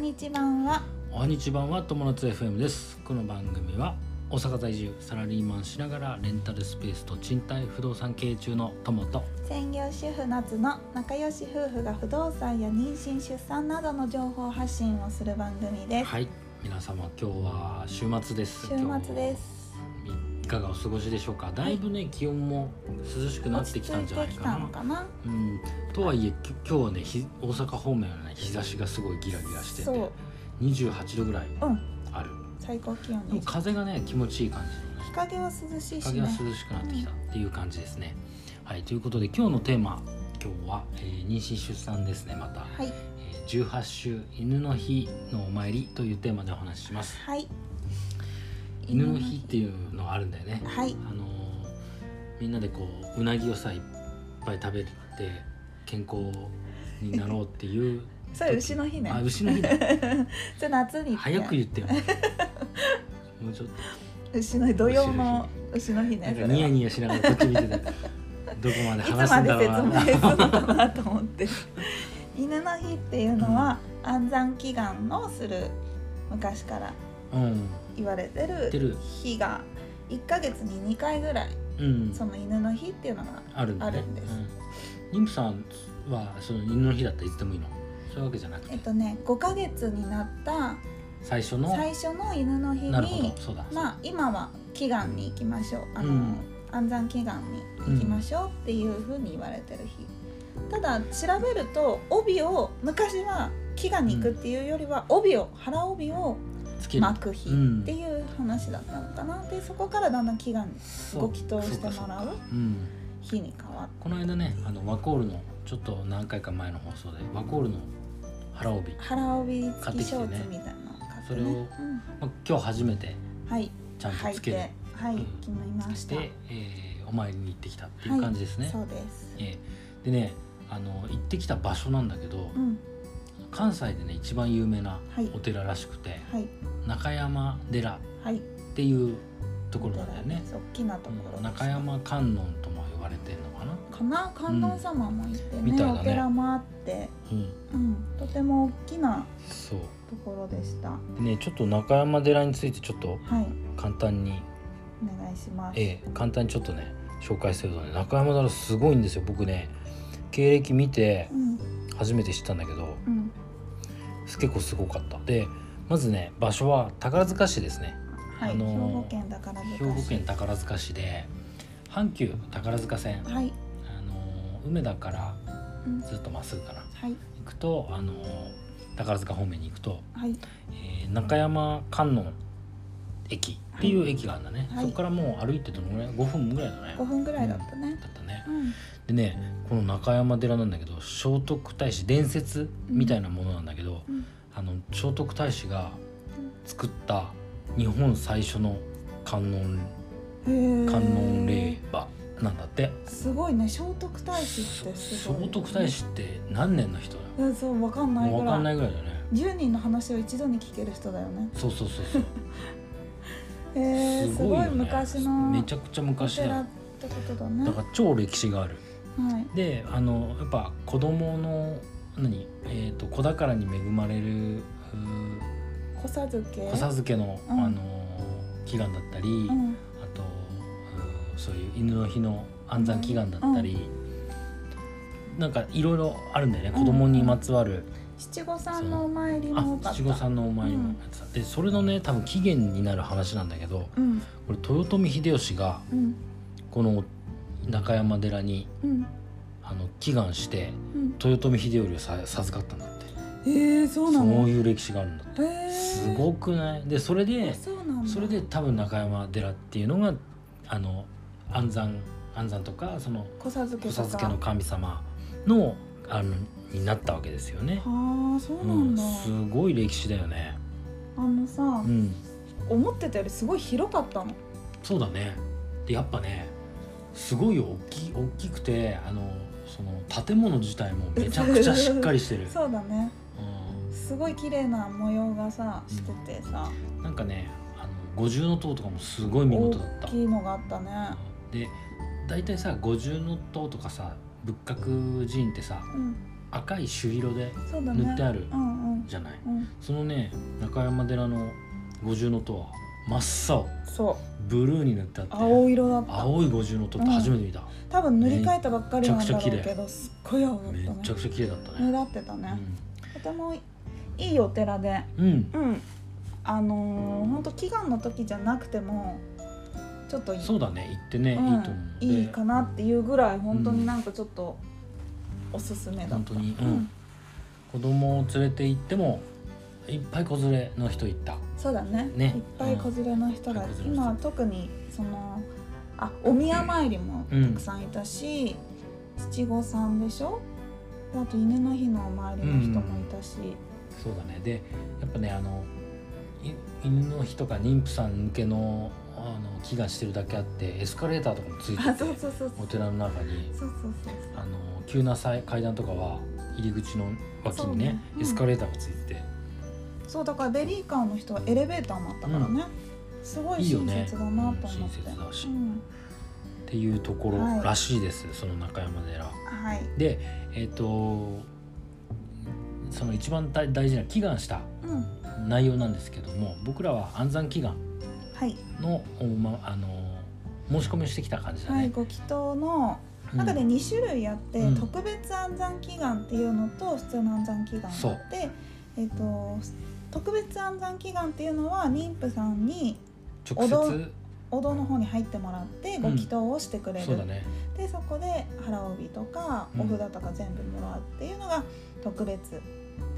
日版はおはにちばんは友達 FM ですこの番組は大阪在住サラリーマンしながらレンタルスペースと賃貸不動産経営中の友と専業主婦夏の仲良し夫婦が不動産や妊娠出産などの情報発信をする番組です、はい皆様今日は週末で週す末です今日いかがお過ごしでしょうかだいぶね気温も涼しくなってきたんじゃない落かなち着いてきたのかなうんとはいえき今日はねひ大阪方面はね日差しがすごいギラギラしててそ28度ぐらいううんある最高気温でもです風がね気持ちいい感じのね日陰は涼しいし日陰はね涼しくなってきたっていう感じですね。はいということで今日のテーマ今日は、えー妊娠出産ですねまた、はいえー18週犬の日のお参りというテーマでお話しします。はい犬の日っていうのがあるんだよね。はいあのーみんなでこううなぎをさいっぱい食べて健康になろうっていう それ牛の日ねあ牛の日だ それ夏に早く言ってよ。もうちょっと牛の日土曜の牛の日なんねかニヤニヤしながらこっち見てた。どこまでいつ話すまんでだろう説な。明するのかなと思って犬の日っていうのは安産祈願をする昔からうん。言われててるる日が1ヶ月に2回ぐらいうん、その犬の日っていうのがあるんだ、ね、あるんですうん、妊婦さんはその犬の日だったらいつでもいいのそういうわけじゃなくて、えっとね5ヶ月になった最初の最初の犬の日なるほにどそうだ、まあ今は祈願に行きましょうあの、うん安産祈願に行きましょうっていうふうに言われてる日、ただ調べると帯を昔は祈願に行くっていうよりは帯を腹帯をつける巻く日うんっていう話だったのかなでそこからだんだん祈願にそごう祈祷してそもうらかそうかううん、日に変わっこの間ねあのワコールのちょっと何回か前の放送でワコールの腹帯、また腹帯付買ってききシてョねーツみたいなのを買ってそれをね、あ、今日初めてうん、はいちゃん履といつけるてはいうん決まりました、で、えーお参りに行ってきたっていう感じですね、そうですえーでねあの行ってきた場所なんだけど、うん関西でね一番有名なはいお寺らしくて、はい中山寺はいっていうところなんだよね。そう大きなところでうすん中山観音とも呼ばれてるのかな。かな観音様もいてね,、うんみたいだねお寺もあって、うん、うん、とても大きなそう。ところでしたはでね、ちょっと中山寺についてちょっとい簡単に、お願いします、ええ簡単にちょっとね紹介するとね、中山寺すごいんですよ。僕ね経歴見てうん初めて知ったんだけど、うん結構すごかった。で、まずね場所は宝塚市ですね。はい、あの兵庫ー県だから兵庫県宝塚市で阪急宝塚線、はいあのー梅田からうんずっとまっすぐかな。はい行くとあの宝塚方面に行くと、はいえー中山観音駅っていう駅があるんだね、はいそこからもう歩いてどのぐらい5分ぐらいだね5分ぐらいだったねだったねうんでねこの中山寺なんだけど聖徳太子伝説みたいなものなんだけど、うんあの聖徳太子が作った日本最初の観音へー観音霊場なんだってすごいね聖徳太子って聖すごい、ね、徳太子って何年の人だよいやそうわかんないもうぐ分からんいないぐらいだよね10人の話を一度に聞ける人だよねそうそうそうそうへえー、すごい昔のめちゃくちゃお昔だ寺っよてことだねだから超歴史があるはいであのやっぱ子供の何、えー、と子宝に恵まれるう子授けー子授けの、うんあの祈願だったり、うあんとうーそういう犬の日の安産祈願だったり、なんかいろいろあるんだよね子供にまつわる、七五三のお参りも多かったあ七五三のお参りのやつだ、でそれのね多分起源になる話なんだけどうんこれ豊臣秀吉がうんこの中山寺にうんあの祈願してうん豊臣秀頼をさ授かったんだってえー、そうなのいう歴史があるんだってえー、すごくないでそれでそうなんだそれで多分中山寺っていうのがあの安産安産とかその子授け子とか授けの神様のあのになったわけですよね、はあそうなうんん、だ、すごい歴史だよねあのさ、うん思ってたよりすごい広かったの、そうだねでやっぱねすごい大きい大きくてあのその建物自体もめちゃくちゃしっかりしてる そうだねうん、すごい綺麗な模様がさしててさなんかねあの五重の塔とかもすごい見大事だったきいのがあったねで大体さ五重の塔とかさ仏閣寺院ってさうん赤い朱色でそうだね塗ってあるうんうんじゃないうんそのね中山寺の五重塔は真っ青そうブルーに塗ってあって青色だった青い五重塔って初めて見た、多分塗り替えたばっかりなんだろうめっちゃけ綺どすっごい青だっためっねちゃくちゃ綺麗だった目ね立ってたね、とてもいいお寺でうん、うんうんあのー、ほんと祈願の時じゃなくてもちょっといそうだね行ってね、うんいいと思うのでいいかなっていうぐらい本当になんかちょっとおすすめだっ本た、当に、うん子供を連れて行ってもいっぱい子連れの人行ったそうだねねいっぱい子連れの人が、うんいっぱい子連れの人今特にそのあお宮参りもうんたくさんいたし、七五三でしょあと犬の日のお参りの人もいたし、そうだねでやっぱねあのい犬の日とか妊婦さん向けのあの祈願してるだけあってエスカレーターとかもついてあそうてそうそうそおう寺の中にそうそうそうあの急なさい階段とかは入り口の脇にねそうねうんエスカレーターがついてて、そうだからベビーカーの人はエレベーターもあったからね、すごいいいよ親ね切だなと思親って、切だし、うっん、ていうところはいらしいです、その中山寺はいでえっ、とその一番大大事な祈願したうん内容なんですけども僕らは安産祈願はい、の、おま、あの申し込みをしてきた感じだはい、ね。ご祈祷のうん中で2種類あって、うん特別安産祈願っていうのと普通の安産祈願があって、えっと特別安産祈願っていうのは妊婦さんに直おど接お堂の方に入ってもらってご祈祷をしてくれる、そうだねでそこで腹帯とかうんお札とか全部もらうっていうのが特別で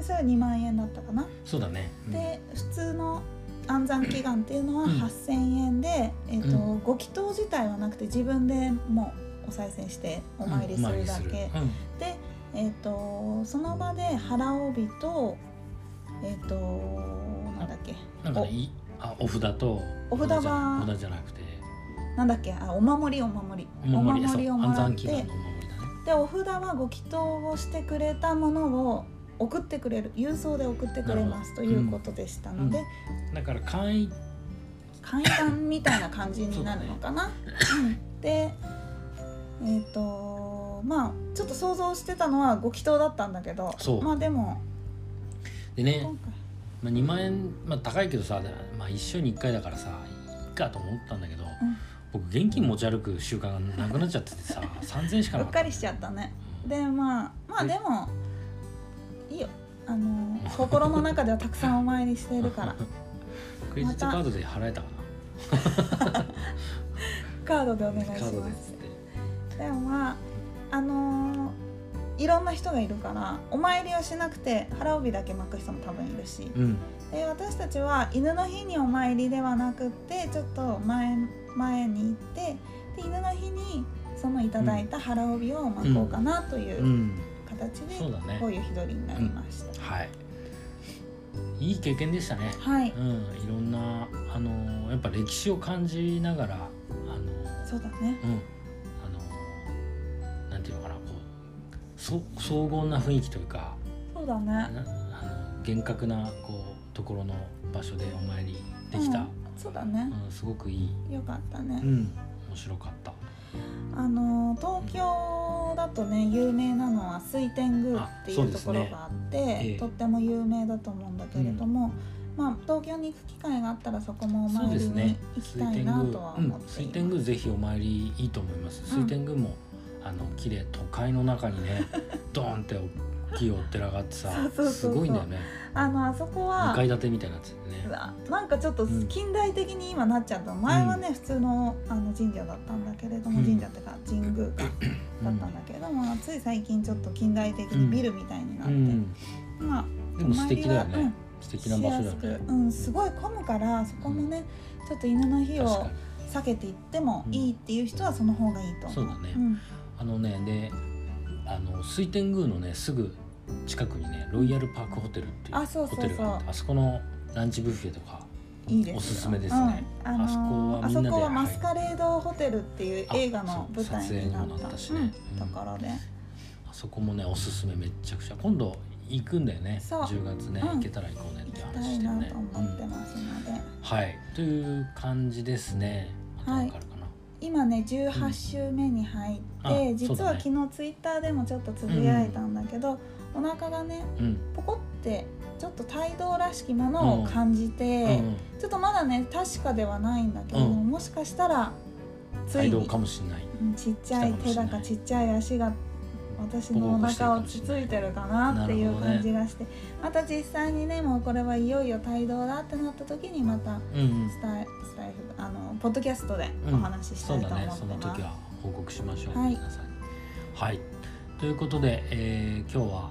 それは2万円だったかな、そうだね。うんで普通の安産祈願っていうのはうん8,000円で、えっとうご祈祷自体はなくて自分でもうお賽銭してお参りするだけ、うんお参りするうんで、えっとその場で腹帯とえっ、となんだっけなんかねいあお札とお札はお札じゃなくてなんだっけあお守りお守りお守りそうをも安らっ産祈て願のお守りだね。でお札はご祈祷をしてくれたものを送ってくれる郵送で送ってくれますとなるほどいうことでしたので、うだから簡易簡単みたいな感じになるのかな。うんでえっ、とまあちょっと想像してたのはご祈祷だったんだけどそうまあでもでね今、回まあ、2万円、まあ、高いけどさ、まあ、一生に1回だからさいいかと思ったんだけど、ん僕現金持ち歩く習慣がなくなっちゃって てさ3,000円しかなうかっっかたりしちゃったね。うんでまあまあででもいいよあの心の中ではたくさんお参りしているから クレジットカードで払えたかカードでお願な、いしまカードでっすつってでもまああのーいろんな人がいるからお参りをしなくて腹帯だけ巻く人も多分いるしうんで私たちは犬の日にお参りではなくってちょっと前前に行ってで犬の日にそのいただいた腹帯を巻こうかなといううん形で、そうだねこういう日取りになりました、はいいい経験でしたねはいうんいろんなあのやっぱ歴史を感じながらあのそうだねうんあのなんていうのかなこうそ荘厳な雰囲気というかそうだなあねの厳格なこうところの場所でお参りできうたん、そうだねうんすごくいい、よかったうね、ん、面白かったあのー東京だとね有名なのは水天宮っていあそううでとすこねろがあって、ええとっても有名だと思うんだけれども、まあ東京に行く機会があったらそこもおそう参でりすにね行きたいなとは思って水い天ま宮すぜひお参りいいと思いますうん水天宮も、あの綺麗都会の中に ねドーンって大きいお寺があってさそうそうそうそうすごいんだよねあのあそこ2は階建てみたいになっててねうわなんかちょっとうん近代的に今なっちゃった前はね、普通のあの神社だったんだけれども、うん神社っていうか神宮かだったんだけれども、つい最近ちょっと近代的にビルみたいになっうて、ん、まあでも素敵だよね、お参りはうん素敵な場所だよしやねすくうん、すごい混むからそこもね、ちょっと犬の日確をかに避けていってもいいっていう人はその方がいいと思う。そうだねんあのねであの水天宮のねすぐ近くにねロイヤルパークホテルっていうあそうホそうそうテルがあってあそこのランチブッフェとかいいですよおすすめですねうんあのーあそこはあみそんなでこはマスカレードホテルっていうはい映画の舞台になあそう撮影にもっなったたしねうんうんところで、あそこもねおすすめめっちゃくちゃ今度行くんだよねそう10月ね、うん行けたら行こうねっ行きてた話しいてなね、と思ってますので、うんはいという感じですねあとはいわかるかな、今ね18週目に入って、あそう実だはね昨日ツイッターでもちょっとつぶやいたんだけど、お腹がねうんポコってちょっと胎動らしきものを感じて、うんちょっとまだね確かではないんだけれども、うもしかしたらつい帯に同かもしれないうんちっちゃい手だかちっちゃい足が私のお腹をつついてるかなっていう感じがして、また実際にねもうこれはいよいよ帯同だってなった時にまたうんうんスタイスタイフあのポッドキャストでお話ししたいそうとだ思ってねます。その時は報告しましょう、はい皆さんにはいということで、えー今日は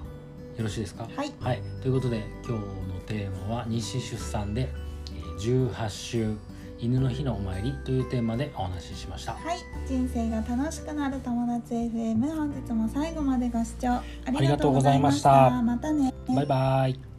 よろしいですかはいはい、ということで今日のテーマは妊娠出産でえー18週犬の日のお参りというテーマでお話ししましたはい、人生が楽しくなる友達 FM 本日も最後までご視聴ありがとうございましたあまたねバイバイ